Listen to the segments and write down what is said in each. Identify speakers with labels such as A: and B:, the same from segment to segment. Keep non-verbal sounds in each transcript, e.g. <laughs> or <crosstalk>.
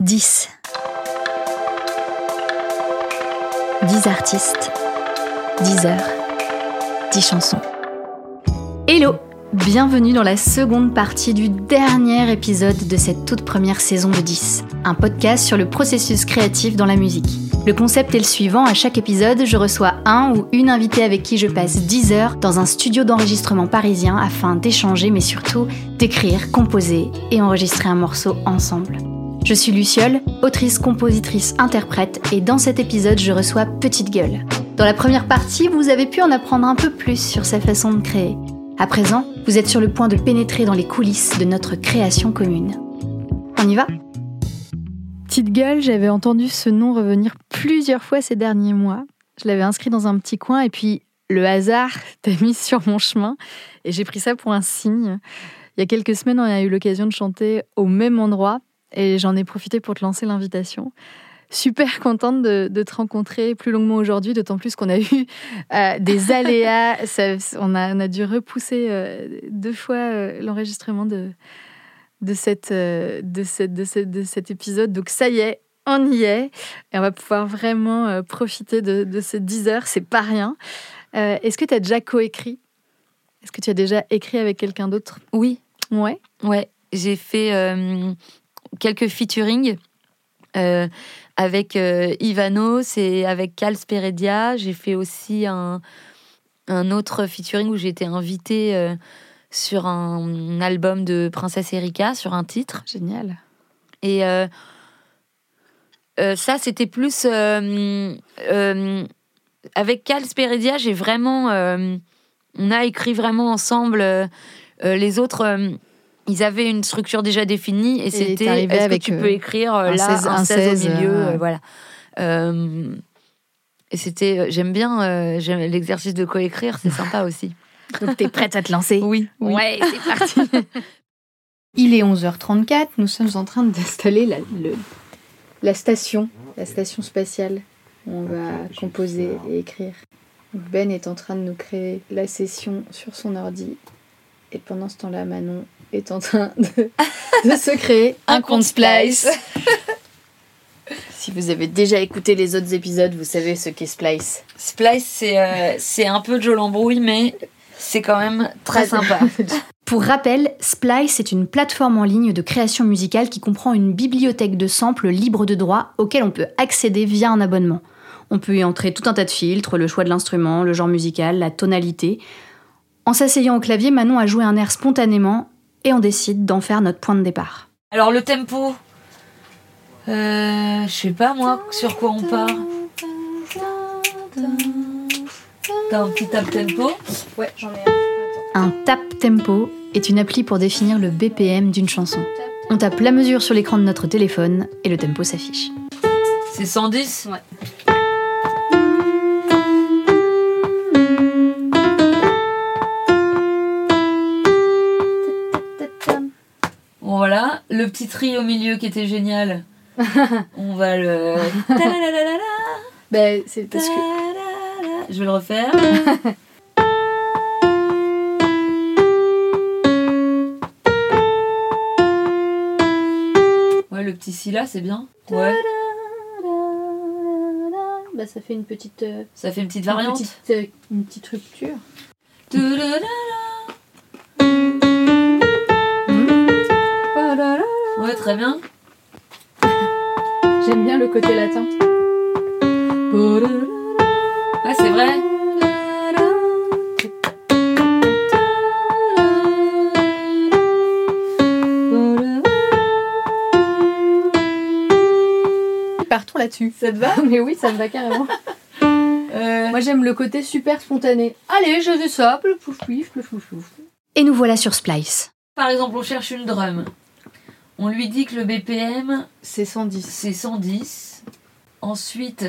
A: 10. 10 artistes, 10 heures, 10 chansons. Hello Bienvenue dans la seconde partie du dernier épisode de cette toute première saison de 10, un podcast sur le processus créatif dans la musique. Le concept est le suivant, à chaque épisode, je reçois un ou une invitée avec qui je passe 10 heures dans un studio d'enregistrement parisien afin d'échanger mais surtout d'écrire, composer et enregistrer un morceau ensemble. Je suis Luciole, autrice, compositrice, interprète, et dans cet épisode, je reçois Petite Gueule. Dans la première partie, vous avez pu en apprendre un peu plus sur sa façon de créer. À présent, vous êtes sur le point de pénétrer dans les coulisses de notre création commune. On y va Petite Gueule, j'avais entendu ce nom revenir plusieurs fois ces derniers mois. Je l'avais inscrit dans un petit coin et puis le hasard <laughs> t'a mis sur mon chemin et j'ai pris ça pour un signe. Il y a quelques semaines, on a eu l'occasion de chanter au même endroit et j'en ai profité pour te lancer l'invitation. Super contente de, de te rencontrer plus longuement aujourd'hui, d'autant plus qu'on a eu euh, des aléas. Ça- on, a, on a dû repousser euh, deux fois euh, l'enregistrement de, de, cette, euh, de, cette- de, cette- de cet épisode. Donc ça y est, on y est. Et on va pouvoir vraiment euh, profiter de, de ces 10 heures. C'est pas rien. Euh, Est-ce que tu as déjà coécrit Est-ce que tu as déjà écrit avec quelqu'un d'autre
B: Oui,
A: Ouais.
B: ouais. J'ai fait euh, quelques featuring euh, avec euh, Ivanos et avec Cal Speredia. J'ai fait aussi un, un autre featuring où j'ai été invitée euh, sur un album de Princesse Erika, sur un titre.
A: Génial. <laughs>
B: Et euh, euh, ça, c'était plus. euh, euh, avec Cal Speredia, j'ai vraiment. euh, on a écrit vraiment ensemble. euh, euh, les autres, euh, ils avaient une structure déjà définie et c'était.
A: t'es arrivé
B: Est-ce
A: avec,
B: que tu
A: euh,
B: peux écrire euh,
A: un
B: là
A: 16, un
B: un 16
A: 16,
B: au milieu
A: euh,
B: euh, Voilà. Euh, et c'était. J'aime bien euh, j'aime l'exercice de coécrire, c'est sympa
A: <laughs>
B: aussi.
A: Donc t'es prête à te lancer
B: Oui.
A: Ouais, c'est parti. Il est 11h34, nous sommes en train d'installer la, le- la station, la station spatiale où on va composer et écrire. Donc Ben est en train de nous créer la session sur son ordi. Et pendant ce temps-là, Manon est en train de, de se créer
B: Un compte Splice.
A: <laughs> si vous avez déjà écouté les autres épisodes, vous savez ce qu'est Splice.
B: Splice, c'est euh, c'est un peu de l'embrouille, mais c'est quand même très sympa.
C: Pour rappel, Splice est une plateforme en ligne de création musicale qui comprend une bibliothèque de samples libres de droit auxquels on peut accéder via un abonnement. On peut y entrer tout un tas de filtres, le choix de l'instrument, le genre musical, la tonalité. En s'asseyant au clavier, Manon a joué un air spontanément et on décide d'en faire notre point de départ.
B: Alors le tempo, euh, je sais pas moi sur quoi on part. T'as un petit up tempo
C: Un tap tempo est une appli pour définir le BPM d'une chanson. On tape la mesure sur l'écran de notre téléphone et le tempo s'affiche.
B: C'est 110
C: Ouais.
B: Bon, Voilà, le petit tri au milieu qui était génial. On va le. Ta-la-la-la-la-la,
A: Ben, c'est parce que
B: ta-la-la. Je vais
A: <laughs>
B: le refaire. Ouais, le petit si là, c'est bien. Ouais,
A: Bah, ça fait une petite, euh,
B: ça fait une petite
A: une,
B: variante.
A: petite euh, une petite rupture.
B: Toudadada. Ouais, très bien.
A: J'aime bien le côté latin.
B: Ah, c'est vrai.
A: Partons là-dessus. Ça te va <laughs> Mais oui, ça me va carrément.
B: <laughs> Euh,
A: Moi, j'aime le côté super spontané. Allez, je fais ça, plouf, plouf, plouf, plouf, plouf, plouf.
C: Et nous voilà sur Splice.
B: Par exemple, on cherche une drum. On lui dit que le BPM,
A: C'est 110.
B: c'est 110. Ensuite,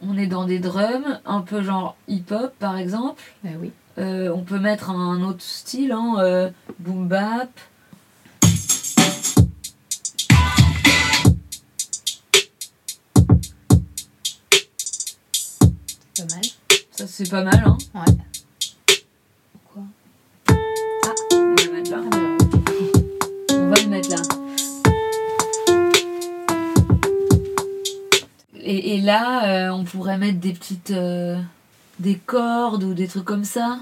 B: on est dans des drums, un peu genre hip-hop, par exemple.
A: Bah oui.
B: Euh, on peut mettre un autre style, hein, euh, boom bap.
A: Pas mal.
B: Ça, c'est pas mal, hein
A: Ouais.
B: Pourquoi Ah,
A: Ah,
B: on va le mettre là. On va le mettre là. Et, et là, euh, on pourrait mettre des petites. euh, des cordes ou des trucs comme ça.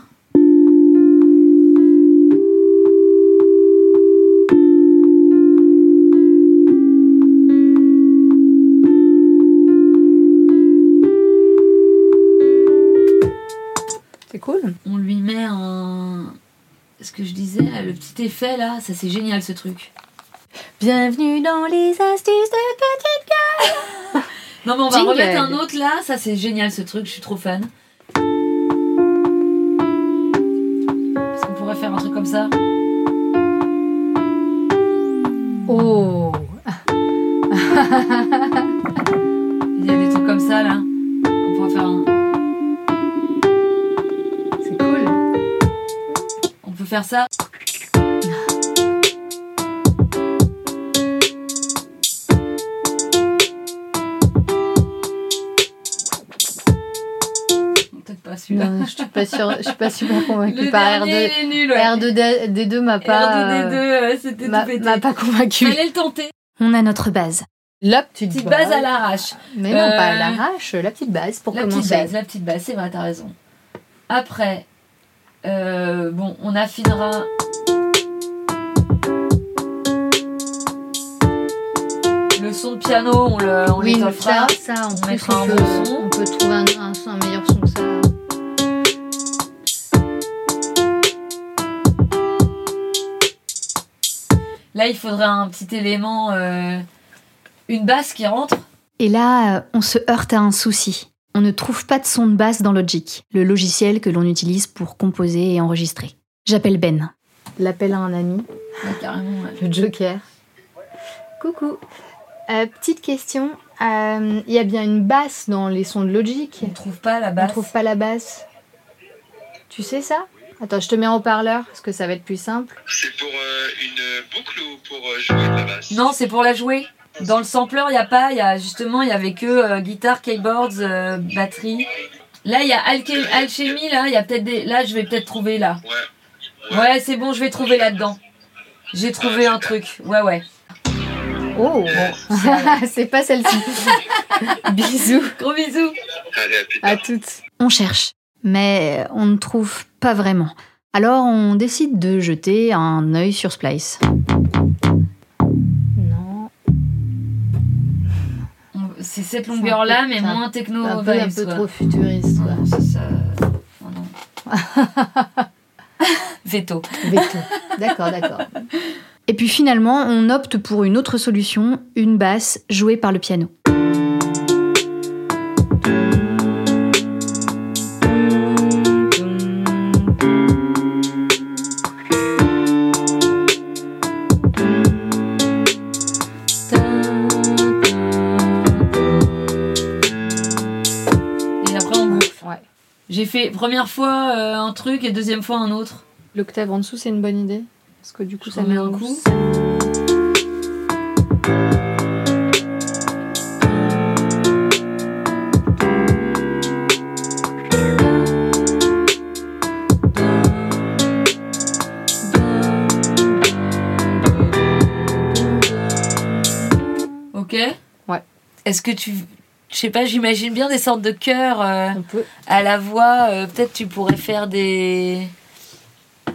D: C'est cool.
B: On lui met un. Ce que je disais, là, le petit effet là, ça c'est génial ce truc. Bienvenue dans les astuces de petite gueule Non mais on va
D: Jingle.
B: remettre un autre là, ça c'est génial ce truc, je suis trop fan. Parce qu'on pourrait faire un truc comme ça.
D: Oh
B: Il y a des trucs comme ça là. On pourrait faire un.
D: C'est cool.
B: On peut faire ça. Peut-être pas celui-là.
A: Non, je suis pas sûre, je suis pas super convaincue
B: Le
A: par
B: dernier,
A: R2.
B: il est nul. Ouais.
A: R2 des deux m'a pas euh,
B: R2D2, ouais, c'était
A: m'a
B: tout pété.
A: m'a pas convaincu.
B: Fallait le tenter.
C: On a notre base.
A: La petite,
B: Petite base à l'arrache.
A: Mais non,
B: Euh,
A: pas à l'arrache, la petite base pour
B: La petite
A: commencer.
B: base, la petite base, c'est vrai, t'as raison. Après, euh, bon, on affinera. Le son de piano, on le, on
A: oui, mais
B: l'étoffera.
A: ça, ça, en
B: On
A: plus,
B: mettra
A: on
B: un
A: peut,
B: bon son.
A: on peut trouver un, un son- un meilleur son que ça.
B: Là, il faudrait un petit élément, euh, une basse qui rentre.
C: Et là, euh, on se heurte à un souci. On ne trouve pas de son de basse dans Logic, le logiciel que l'on utilise pour composer et enregistrer. J'appelle Ben.
A: L'appel à un ami,
B: Ouais, carrément, ouais.
A: le Joker. Coucou. Euh, petite question. Euh, Il y a bien une basse dans les sons de Logic.
B: On trouve pas la
A: On
B: basse.
A: trouve pas la basse. Tu sais ça Attends, je te mets en haut-parleur, parce que ça va être plus <laughs> simple.
E: C'est pour euh, une boucle ou pour euh, jouer de la basse
B: Non, c'est pour la jouer. Dans le sampler, il y a pas, il y a justement, il y avait que euh, guitare, keyboards, euh, batterie. Là, il y a alché- alchimie là, il y a peut-être des là, je vais peut-être trouver là.
E: Ouais.
B: Ouais, c'est bon, je vais trouver là-dedans. J'ai trouvé un truc. Ouais, ouais.
A: Oh C'est pas celle-ci. <laughs> Bisous.
B: Gros bisous.
E: Allez, à plus tard.
A: À toutes.
C: On cherche, mais on ne trouve pas vraiment. Alors on décide de jeter un œil sur Splice.
A: Non.
B: On- C'est cette longueur là, mais
A: C'est un-
B: moins techno
A: un peu, un
B: vibes,
A: peu
B: quoi.
A: trop futuriste, <laughs> quoi.
B: Non, c'est ça. Oh, non.
A: <laughs>
B: Veto.
A: Veto. D'accord, d'accord.
C: Et puis finalement, on opte pour une autre solution, une basse jouée par le piano.
B: Et après on boucle.
A: Ouais.
B: J'ai fait première fois euh, un truc et deuxième fois un autre.
A: L'octave en dessous, c'est une bonne idée. Parce que du coup,
B: Je
A: ça
B: remets
A: met
B: un
A: un
B: coup.
A: coup.
B: Ok
A: Ouais.
B: Est-ce que tu. Je sais pas, j'imagine bien des sortes de chœurs euh,
A: On peut.
B: à la voix. euh, Peut-être tu pourrais faire des.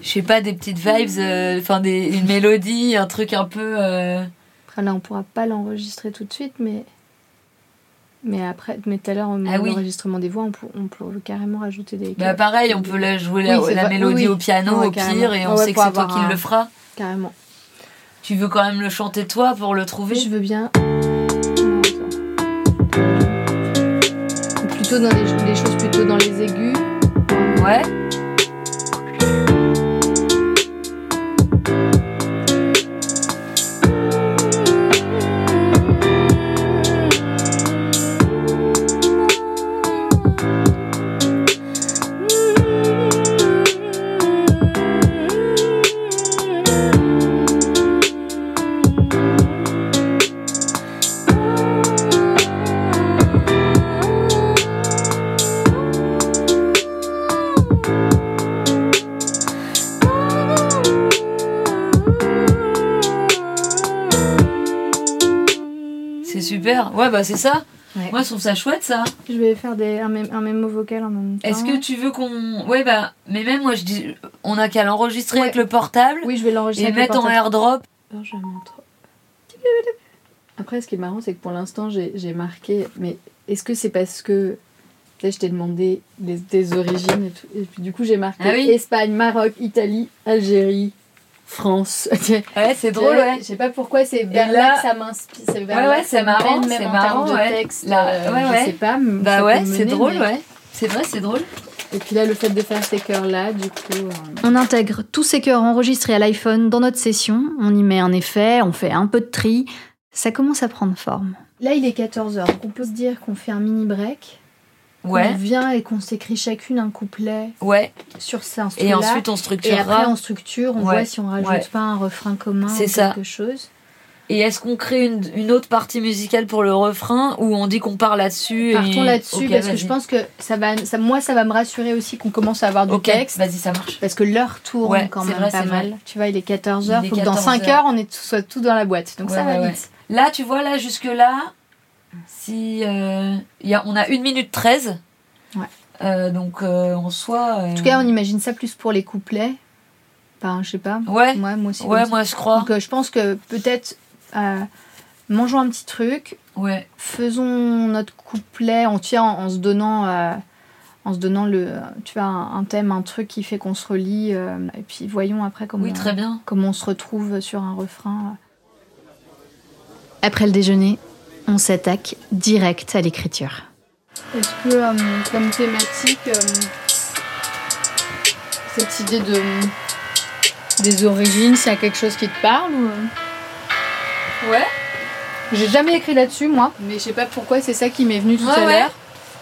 B: Je sais pas, des petites vibes, euh, enfin des... une mélodie, un truc un peu. euh,
A: Après, là, on pourra pas l'enregistrer tout de suite, mais. Mais après, mais tout à l'heure, en
B: Ah oui.
A: l'enregistrement des voix, on peut, on peut carrément rajouter des.
B: Bah pareil, on peut la jouer la,
A: Oui, c'est
B: la
A: vrai.
B: mélodie
A: Oui,
B: au piano
A: oui,
B: au pire
A: carrément.
B: et
A: Ouais,
B: on sait que
A: pour
B: c'est toi
A: avoir
B: qui
A: un-
B: le feras.
A: Carrément.
B: Tu veux quand même le chanter toi pour le trouver
A: Je veux bien. Ou Plutôt dans les, des choses plutôt dans les aigus.
B: Ouais. C'est super. Ouais, bah c'est ça.
F: Ouais.
B: Moi, je trouve ça chouette, ça.
F: Je vais faire des, un, mé- un mémo vocal en même temps.
B: Est-ce que tu veux qu'on. Ouais, bah, mais même moi, je dis, on a qu'à l'enregistrer avec le portable
F: Oui, je vais l'enregistrer.
B: et
F: avec le
B: mettre en
F: portable.
B: airdrop.
A: Alors, je montre. Après, ce qui est marrant, c'est que pour l'instant, j'ai j'ai marqué. Mais est-ce que c'est parce que. Là, je t'ai demandé les- des origines et tout. Et puis, du coup, j'ai marqué
B: Ah oui.
A: Espagne, Maroc, Italie, Algérie, France. <laughs>
B: Ouais, c'est drôle,
A: Je-
B: ouais.
A: Je sais pas pourquoi c'est
B: Et
A: vers là,
B: là-
A: que ça m'inspire. C'est vers
B: Ouais,
A: là
B: ouais,
A: que
B: c'est
A: ça me
B: marrant,
A: mène, même
B: c'est
A: en
B: marrant,
A: termes
B: ouais.
A: de texte.
B: Là,
A: euh,
B: ouais,
A: je
B: ouais.
A: sais pas. mais ça
B: Bah
A: peut
B: ouais,
A: me
B: c'est
A: mener,
B: drôle,
A: mais-
B: ouais. C'est vrai, c'est drôle.
A: Et puis là, le fait de faire ces cœurs-là, du coup. euh,
C: On intègre tous ces cœurs enregistrés à l'iPhone dans notre session, on y met un effet, on fait un peu de tri, ça commence à prendre forme.
F: Là, il est 14h, donc on peut se dire qu'on fait un mini break. On
B: Ouais,
F: vient et qu'on s'écrit chacune un couplet
B: ouais.
F: sur ces instruments.
B: Et ensuite, on
F: Et après,
B: structurera.
F: on structure, on
B: Ouais,
F: voit si on rajoute
B: ouais.
F: pas un refrain commun ou
B: C'est
F: quelque
B: ça.
F: chose.
B: Et est-ce qu'on crée une, une autre partie musicale pour le refrain ou on dit qu'on part là-dessus et-
F: Partons là-dessus
B: Ok,
F: parce que
B: vas-y.
F: je pense que ça va, ça- moi, ça va me rassurer aussi qu'on commence à avoir du
B: Ok,
F: texte.
B: vas-y, ça marche.
F: Parce que l'heure tourne
B: Ouais,
F: quand
B: c'est
F: même
B: vrai,
F: pas
B: c'est
F: mal.
B: vrai.
F: Tu vois, il est 14h,
B: Il est
F: faut que dans 5
B: 14h.
F: heures, on est tout- soit tout dans la boîte. Donc
B: Ouais,
F: ça va
B: ouais,
F: vite.
B: Là, tu vois, là, jusque-là, si, euh, y a, on a 1 minute 13.
F: Ouais.
B: Euh, donc, euh, en soi.
F: En tout cas, on imagine ça plus pour les couplets. Enfin, je sais pas.
B: Ouais,
F: Moi, moi aussi.
B: ouais, moi, je crois.
F: Donc euh, je pense que peut-être euh, mangeons un petit truc,
B: Ouais,
F: faisons notre couplet entier en, en se donnant, euh, en se donnant le, tu vois, un, un thème, un truc qui fait qu'on se relie, euh, et puis voyons après comment,
B: oui, très bien.
F: comment on se retrouve sur un refrain.
C: Après le déjeuner, on s'attaque direct à l'écriture.
A: Est-ce que, euh, comme thématique, euh, cette idée de des origines, c'est quelque chose qui te parle ou euh
B: Ouais.
A: J'ai jamais écrit là-dessus, moi, mais je sais pas pourquoi, c'est ça qui m'est venu tout
B: Ouais,
A: à
B: ouais.
A: l'heure.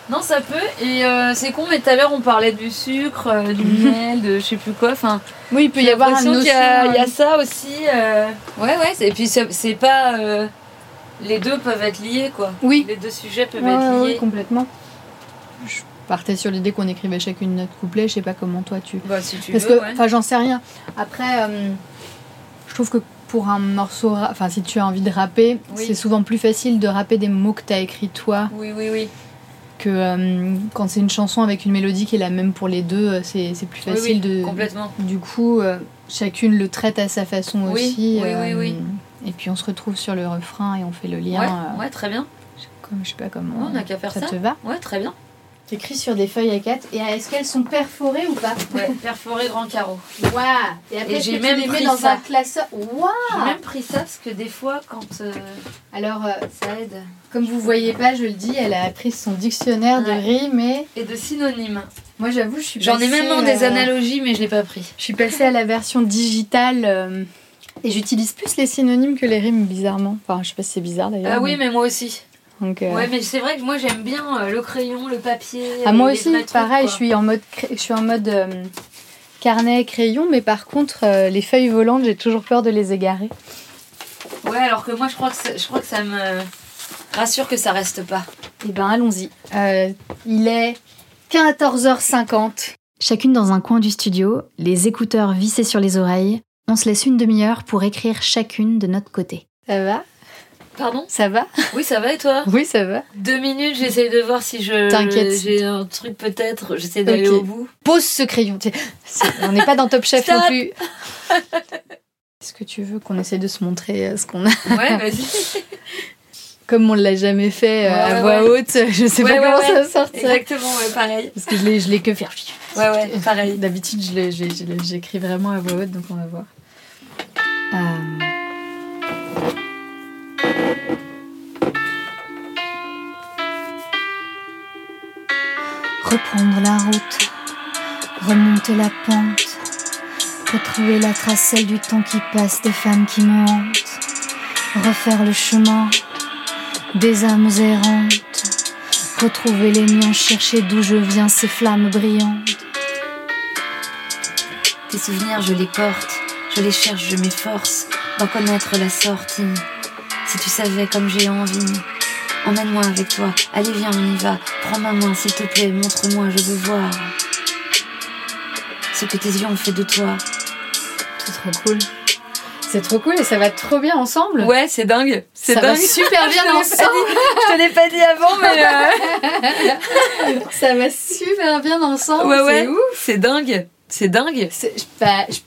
B: Non, ça peut. Et euh, c'est con, mais tout à l'heure, on parlait du sucre, euh, du miel, de je sais plus quoi. Enfin,
A: Oui, il peut y
B: j'ai
A: avoir un
B: l'impression
A: notion.
B: qu'il y a- Il y,
A: euh,
B: a ça aussi. euh, Ouais, ouais. c'est- Et puis, c'est c'est pas. euh, Les deux peuvent être liés, quoi.
A: Oui,
B: Les deux sujets peuvent
A: Ouais, ouais,
B: être
A: ouais,
B: liés.
A: complètement. Je partais sur l'idée qu'on écrivait chacune notre couplet, je sais pas comment toi tu
B: bah, si tu
A: Parce
B: veux,
A: que,
B: ouais.
A: enfin, j'en sais rien. Après, euh, je trouve que pour un morceau, ra- enfin, si tu as envie de rapper,
B: Oui.
A: c'est souvent plus facile de rapper des mots que tu as écrits toi
B: Oui, oui, oui.
A: que euh, quand c'est une chanson avec une mélodie qui est la même pour les deux, euh, c'est c'est plus
B: Oui, oui,
A: facile de.
B: Complètement.
A: Du coup, euh, chacune le traite à sa façon
B: Oui,
A: aussi. euh,
B: oui, oui, oui.
A: Et puis on se retrouve sur le refrain et on fait le lien.
B: Ouais,
A: euh,
B: ouais, très bien.
A: comme, je sais pas
B: Ouais,
A: comment.
B: on a qu'à faire ça.
A: ça te va
B: Ouais, très bien.
F: Tu écris sur des feuilles à 4, et est-ce qu'elles sont perforées ou pas
B: Ouais, perforé grand carreau.
F: Waouh Et
B: Et
F: après,
B: j'ai
F: j'ai
B: même
F: même
B: pris
F: mets dans
B: ça.
F: un classeur. Waouh
A: Ah.
B: J'ai même pris ça parce que des fois, quand euh,
F: Alors, euh,
B: ça aide.
A: Comme vous voyez pas, je le dis, elle a appris son dictionnaire
B: Ouais.
A: de rimes et
B: Et de synonymes.
A: moi j'avoue, je suis
B: J'en ai
A: passée,
B: même en des
A: euh,
B: analogies, mais je l'ai pas pris.
A: Je suis passée à la version digitale euh, et j'utilise plus les synonymes que les rimes, bizarrement. Enfin, je sais pas si c'est bizarre d'ailleurs.
B: Ah oui, mais moi aussi.
A: mais- donc, euh,
B: Ouais, mais c'est vrai que moi j'aime bien euh, le crayon, le papier.
A: ah, moi
B: les
A: aussi,
B: vrais trucs,
A: pareil,
B: quoi.
A: je suis en mode, cré- je suis en mode euh, carnet et crayon, mais par contre, euh, les feuilles volantes, j'ai toujours peur de les égarer.
B: Ouais, alors que moi je crois que ça, je crois que ça me rassure que ça reste pas.
A: Et ben, allons-y. Euh, il est 14h50.
C: Chacune dans un coin du studio, les écouteurs vissés sur les oreilles, on se laisse une demi-heure pour écrire chacune de notre côté.
A: Ça va
B: Pardon
A: Ça va <laughs>
B: Oui, ça va et toi
A: Oui, ça va.
B: Deux minutes, j'essaye de voir si je.
A: T'inquiète.
B: J'ai un truc peut-être, j'essaie d'aller
A: Ok.
B: au bout.
A: Pose ce crayon. T'sais, c'est- On n'est pas dans Top Chef non
B: Stop
A: plus. Est-ce que tu veux qu'on essaye de se montrer euh, ce qu'on a
B: Ouais,
G: <laughs>
B: vas-y.
A: comme on l'a jamais fait euh,
B: Ouais,
A: à
B: ouais,
A: voix haute, je sais
B: Ouais,
A: pas
B: ouais,
A: comment
B: ouais.
A: ça va sortir.
B: Exactement, ouais, pareil.
A: Parce que je l'ai, je l'ai que faire.
B: Ouais, ouais, pareil.
A: D'habitude, je le- je- je le- j'écris vraiment à voix haute, donc on va voir.
C: Euh. Reprendre la route, remonter la pente, retrouver la tracelle du temps qui passe des femmes qui me hantent, refaire le chemin des âmes errantes, retrouver les miens, chercher d'où je viens, ces flammes brillantes.
G: Tes souvenirs, je les porte, je les cherche, je m'efforce d'en connaître la sortie. Si tu savais comme j'ai envie, emmène-moi avec toi, allez viens, on y va, prends ma main s'il te plaît, montre-moi, je veux voir ce que tes yeux ont fait de toi.
A: C'est trop cool. C'est trop cool et ça va trop bien ensemble.
B: Ouais, c'est dingue. C'est
A: ça
B: dingue.
A: va super
B: <laughs>
A: bien ensemble.
B: Je te l'ai pas dit avant,
A: <laughs>
B: mais. euh,
A: Ça va super bien ensemble.
B: Ouais,
A: c'est
B: ouais.
A: ouf.
B: C'est dingue. C'est dingue.
A: C'est- je- bah, je-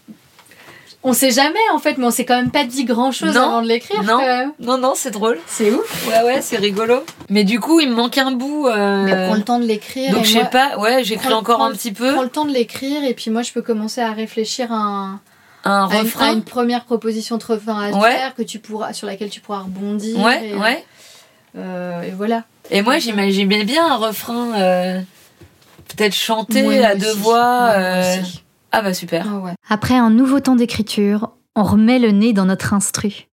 A: On sait jamais en fait, mais on s'est quand même pas dit grand chose
B: Non.
A: avant de l'écrire.
B: Non.
A: quand même.
B: Non, non, c'est drôle.
A: C'est ouf.
B: Ouais, ouais, c'est rigolo. Mais du coup, il me manque un bout. euh,
A: Mais prends le temps de l'écrire.
B: Donc
A: et
B: je
A: moi-
B: sais pas, ouais, j'écris
A: prends-
B: encore
A: prends-
B: un petit
A: Prends
B: peu.
A: le temps de l'écrire et puis moi je peux commencer à réfléchir à, un,
B: Un
A: à une, à
B: refrain.
A: une première proposition de refrain à
B: Ouais.
A: faire que tu pourras, sur laquelle tu pourras rebondir.
B: Ouais,
A: et,
B: ouais.
A: euh, et voilà.
B: Et moi, j'imaginais bien un refrain. euh, Peut-être chanté
A: Moi
B: à
A: aussi.
B: deux voix.
A: Moi
B: euh,
A: aussi.
B: Ah bah super.
A: Ah ouais.
C: Après un nouveau temps d'écriture, on remet le nez dans notre instru.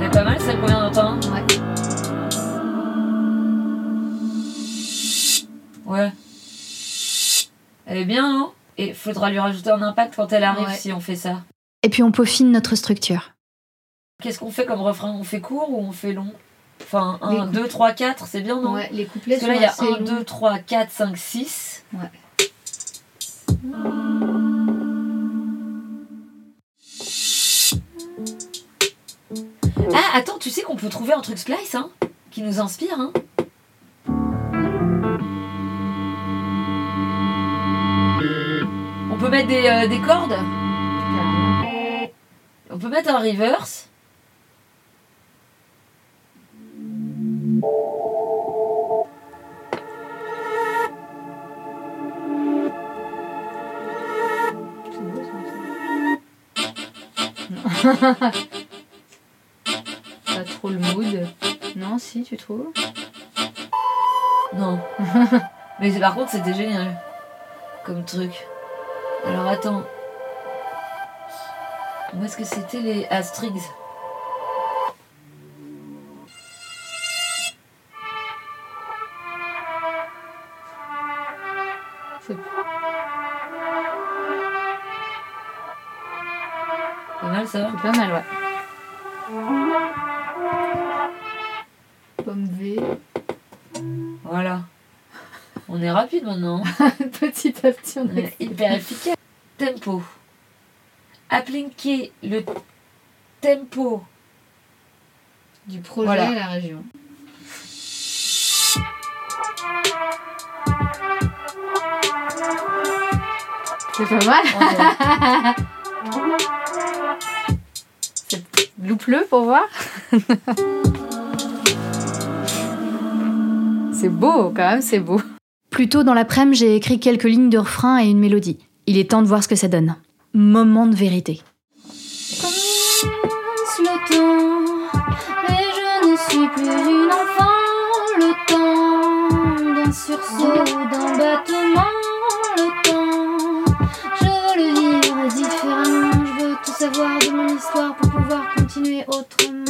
B: Elle est pas mal, ça combien de temps
A: Ouais.
B: Ouais. Elle est bien, non Et faudra lui rajouter un impact quand elle arrive
A: Ouais.
B: si on fait ça.
C: Et puis on peaufine notre structure.
B: Qu'est-ce qu'on fait comme refrain On fait court ou on fait long Enfin,
A: Les
B: 1,
A: coups.
B: 2, 3, 4, c'est bien, non
A: Ouais, les couplets sont
B: Parce que là, il y a
A: assez
B: 1,
A: longs.
B: 2, 3, 4, 5, 6.
A: Ouais.
B: Ah, attends, tu sais qu'on peut trouver un truc splice, hein Qui nous inspire, hein On peut mettre des, euh, des cordes. On peut mettre un reverse.
H: Pas trop le mood. Non, si, tu trouves
B: Non. Mais par contre, c'était génial. Comme truc. Alors attends. Où est-ce que c'était les Astrix
H: C'est-
B: Pas mal ça
H: C'est pas mal, ouais. Pomme V, <laughs>
B: Voilà. On est rapide maintenant. hein.
H: petit à petit, on
B: On est hyper efficace. Tempo. Appliquer le tempo
H: du projet
B: Voilà.
H: à la région. C'est pas mal. <laughs> Loupe-le pour <laughs> voir. c'est beau, quand même, c'est beau.
D: Plus tôt dans l'après-midi, j'ai écrit quelques lignes de refrain et une mélodie. Il est temps de voir ce que ça donne. Moment de vérité.
C: Passe le temps, et je ne suis plus une enfant. Le temps d'un sursaut, d'un battement. Le temps, je veux le vivre différemment. Je veux tout savoir de mon histoire pour pouvoir continuer autrement.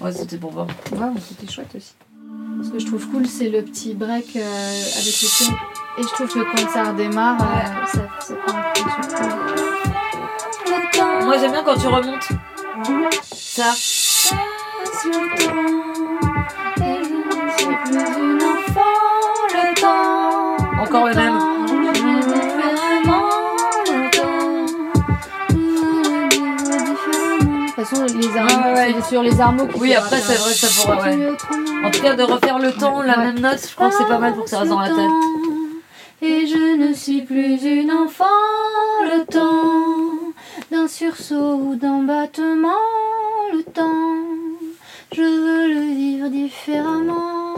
B: Ouais, c'était pour voir.
H: Waouh, c'était chouette aussi.
A: Ce que je trouve cool, c'est le petit break euh, avec le film. Et je trouve que quand ça redémarre, euh, ça, ça prend un coup de souffle.
B: Moi j'aime bien quand tu remontes. Ça. Encore le même.
A: De toute façon, les armes,
B: Ah ouais, ouais.
A: c'est sur les armes hein.
B: Oui, après c'est vrai que ça pourrait. ouais. En tout cas, de refaire le temps, la
A: Ouais.
B: même note, je crois que c'est pas mal pour que ça reste dans la tête.
C: Et je ne suis plus une enfant, le temps d'un sursaut ou d'un battement, le temps, je veux le vivre différemment,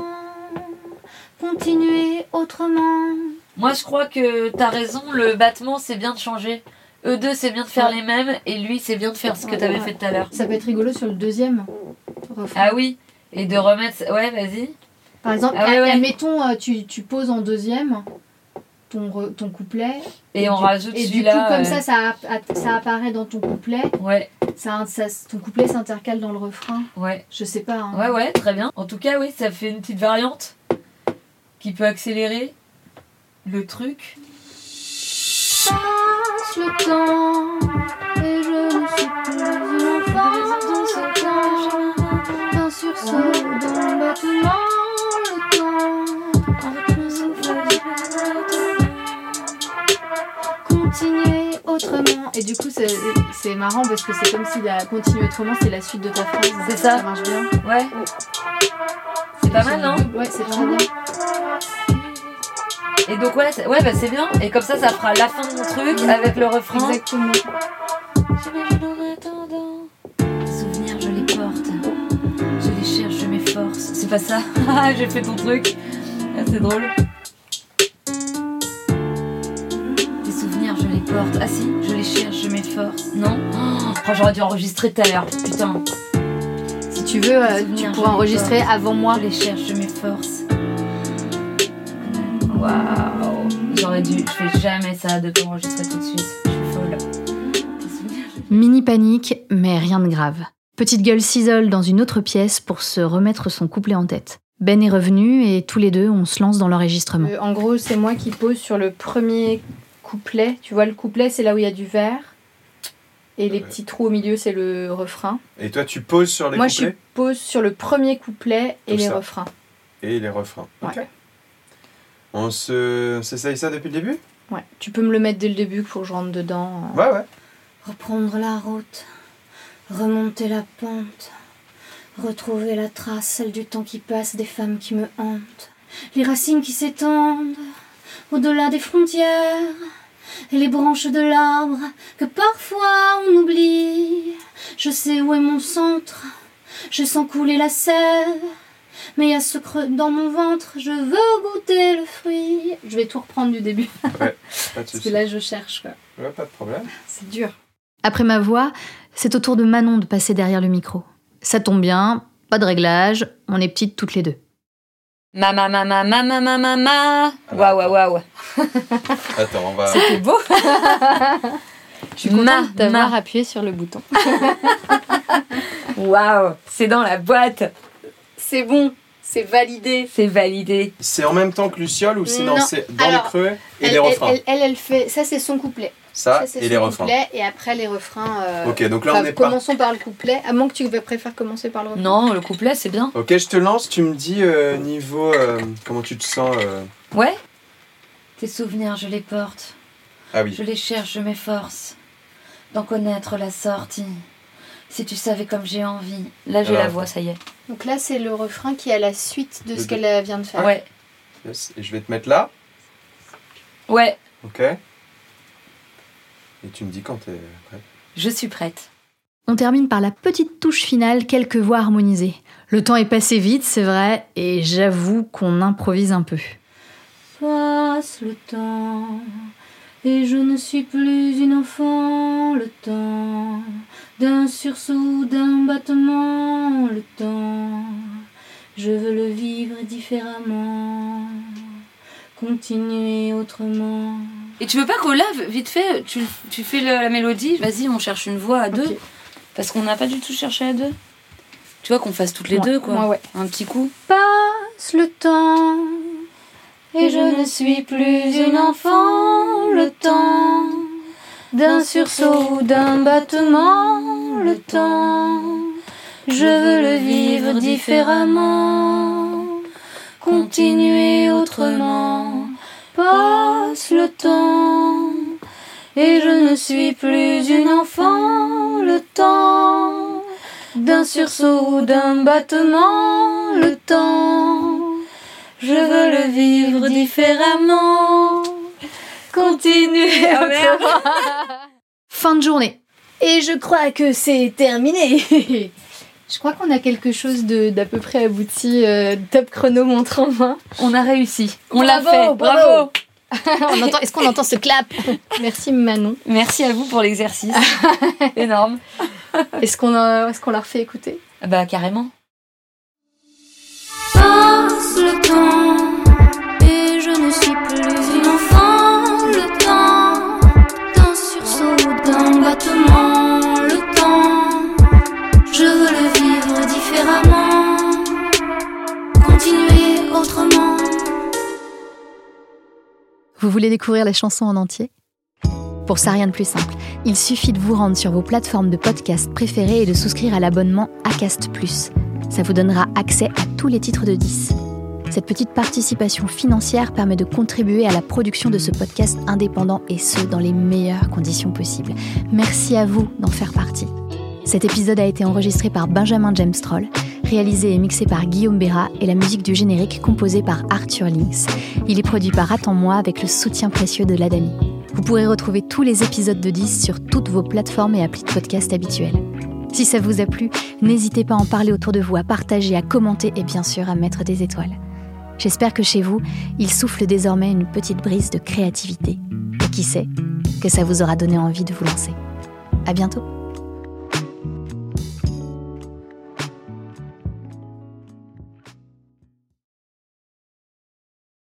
C: continuer autrement.
B: Moi, je crois que t'as raison, le battement, c'est bien de changer. Eux deux, c'est bien de faire les mêmes, et lui, c'est bien de faire ce que t'avais fait tout à l'heure.
A: Ça peut être rigolo sur le deuxième refrain.
B: Ah oui, et de remettre. Ouais, vas-y.
A: Par exemple,
B: Ah ouais, ouais.
A: admettons, euh, tu, tu poses en deuxième ton, re- ton couplet.
B: Et on
A: du-
B: rajoute
A: Et du coup,
B: celui-là.
A: comme
B: euh,
A: ça, ça, app- ça apparaît dans ton couplet.
B: Ouais,
A: ça, ça- ton couplet s'intercale dans le refrain.
I: Ouais.
A: Je sais pas. hein.
I: Ouais, ouais, très bien. En tout cas, oui, ça fait une petite variante qui peut accélérer le truc.
A: Passe le temps et je ne suis plus une enfant dans ce temps. D'un sursaut d'un battement, le temps avec le souffle. Continuer autrement. Et du coup, c'est- c'est marrant parce que c'est comme si la continuer autrement, c'est la suite de ta phrase.
I: C'est ça.
A: Ça marche bien.
I: Ouais. C'est pas mal, non Hein
A: Ouais, c'est très bien.
I: Et donc, ouais, c'est- ouais bah, c'est bien. Et comme ça, ça fera la fin de mon truc avec le refrain.
A: Exactement.
I: Souvenirs, je les porte. Je les cherche, je m'efforce. C'est pas ça. <laughs> Ah, J'ai fait ton truc. Ah, c'est drôle. Des souvenirs, je les porte. Ah si, je les cherche, je m'efforce. Non Oh, oh, J'aurais dû enregistrer tout à l'heure. Putain.
A: Si tu veux, euh, tu
I: Souvenir,
A: pourras
I: je
A: enregistrer avant moi.
I: Je les cherche, je m'efforce. Waouh. J'aurais dû. Je fais jamais ça de t'enregistrer tout de suite. Je suis folle. Des souvenirs, je-
C: Mini panique, mais rien de grave. Petite gueule s'isole dans une autre pièce pour se remettre son couplet en tête. Ben est revenu et tous les deux, on se lance dans l'enregistrement.
A: Euh, en gros, c'est moi qui pose sur le premier couplet. Tu vois, le couplet, c'est là où il y a du verre. Et les
J: Ouais.
A: petits trous au milieu, c'est le refrain.
J: Et toi, tu poses sur les
A: moi,
J: couplets
A: je pose sur le premier couplet et
J: Tout
A: les
J: ça.
A: refrains.
J: et les refrains.
A: Ouais.
J: Ok. On se, on s'essaye ça depuis le début
A: Ouais. Tu peux me le mettre dès le début pour que je rentre dedans. euh.
J: Ouais, ouais.
K: Reprendre la route, remonter la pente, retrouver la trace, celle du temps qui passe, des femmes qui me hantent, les racines qui s'étendent au-delà des frontières, et les branches de l'arbre que parfois on oublie. Je sais où est mon centre, je sens couler la sève, mais à ce creux dans mon ventre, je veux goûter le fruit.
A: Je vais tout reprendre du début.
J: Pas de
A: Parce que
J: souci.
A: là, je cherche. quoi.
J: Ouais, pas de problème.
A: C'est dur.
C: Après ma voix, c'est au tour de Manon de passer derrière le micro. Ça tombe bien, pas de réglage, on est petites toutes les deux.
B: Ma ma ma ma ma ma ma ma ma. Waouh waouh waouh.
J: Attends, on va.
B: C'est <laughs> beau.
H: Je suis
B: Ma,
H: contente d'avoir
B: ma.
H: appuyé sur le bouton.
B: <laughs> Waouh. C'est dans la boîte.
H: C'est bon, c'est validé.
B: C'est validé.
J: C'est en même temps que Luciole ou sinon
A: Non.
J: c'est dans
A: Alors,
J: les creux et
A: elle,
J: les
A: elle-
J: refrains
A: Elle, elle, elle fait. Ça, c'est son couplet.
J: Ça,
A: ça, c'est
J: Ah, et les
A: son
J: refrains.
A: couplet. Et après, les refrains. euh,
J: Ok, donc là,
A: enfin,
J: on est pas.
A: commençons par le couplet. À moins que tu préfères commencer par le refrain.
B: Non, le couplet, c'est bien.
J: Ok, je te lance, tu me dis euh, niveau. euh, comment tu te sens euh,
B: Ouais. Tes souvenirs, je les porte.
J: Ah oui.
B: Je les cherche, je m'efforce d'en connaître la sortie. Si tu savais comme j'ai envie. Là, j'ai
J: Alors,
B: la voix, ça y est.
A: Donc là, c'est le refrain qui est à la suite de
J: Le
A: ce
J: deux.
A: qu'elle euh, vient de faire.
B: Ouais.
J: Yes, Et je vais te mettre là,
B: Ouais.
J: ok Et tu me dis quand t'es prêt.
B: Je suis prête.
C: On termine par la petite touche finale, quelques voix harmonisées. Le temps est passé vite, c'est vrai, et j'avoue qu'on improvise un peu.
K: Passe le temps et je ne suis plus une enfant. Le temps d'un sursaut, d'un battement. Le temps, je veux le vivre différemment. Continuer autrement.
B: Et tu veux pas qu'on lave vite fait tu, tu fais le- la mélodie Vas-y, on cherche une voix à deux. Parce qu'on n'a pas du tout cherché à deux. Tu vois qu'on fasse toutes les deux, quoi.
A: Moi, ouais.
B: Un petit coup.
K: Passe le temps et je ne suis plus une enfant. Le temps d'un sursaut, d'un battement. Le temps, je veux le vivre différemment. Continuer autrement. Passe le temps et je ne suis plus une enfant. Le temps d'un sursaut, d'un battement, le temps. Je veux le vivre différemment. Continuez autrement.
C: Fin de journée
K: Et je crois que c'est terminé.
A: <laughs> Je crois qu'on a quelque chose de- d'à peu près abouti, euh, top chrono montre en main.
B: On a réussi. On l'a
K: Bravo,
B: fait.
K: bravo.
B: bravo.
A: <laughs> On entend- Est-ce qu'on entend ce clap Merci Manon.
B: Merci à vous pour <laughs> l'exercice. Énorme.
A: Est-ce qu'on a- est-ce qu'on la refait écouter
B: Ah Bah carrément.
K: Passe le temps et je ne suis plus une enfant. Le temps d'un sursaut, d'un battement, le temps.
C: Vous voulez découvrir la chanson en entier Pour ça, rien de plus simple. Il suffit de vous rendre sur vos plateformes de podcast préférées et de souscrire à l'abonnement ACAST. Ça vous donnera accès à tous les titres de 10. Cette petite participation financière permet de contribuer à la production de ce podcast indépendant et ce, dans les meilleures conditions possibles. Merci à vous d'en faire partie. Cet épisode a été enregistré par Benjamin James Troll, réalisé et mixé par Guillaume Béra et la musique du générique composée par Arthur Links. Il est produit par Attends-moi avec le soutien précieux de l'Adami. Vous pourrez retrouver tous les épisodes de 10 sur toutes vos plateformes et applis de podcast habituelles. Si ça vous a plu, n'hésitez pas à en parler autour de vous, à partager, à commenter et bien sûr à mettre des étoiles. J'espère que chez vous, il souffle désormais une petite brise de créativité. Et qui sait, que ça vous aura donné envie de vous lancer. À bientôt!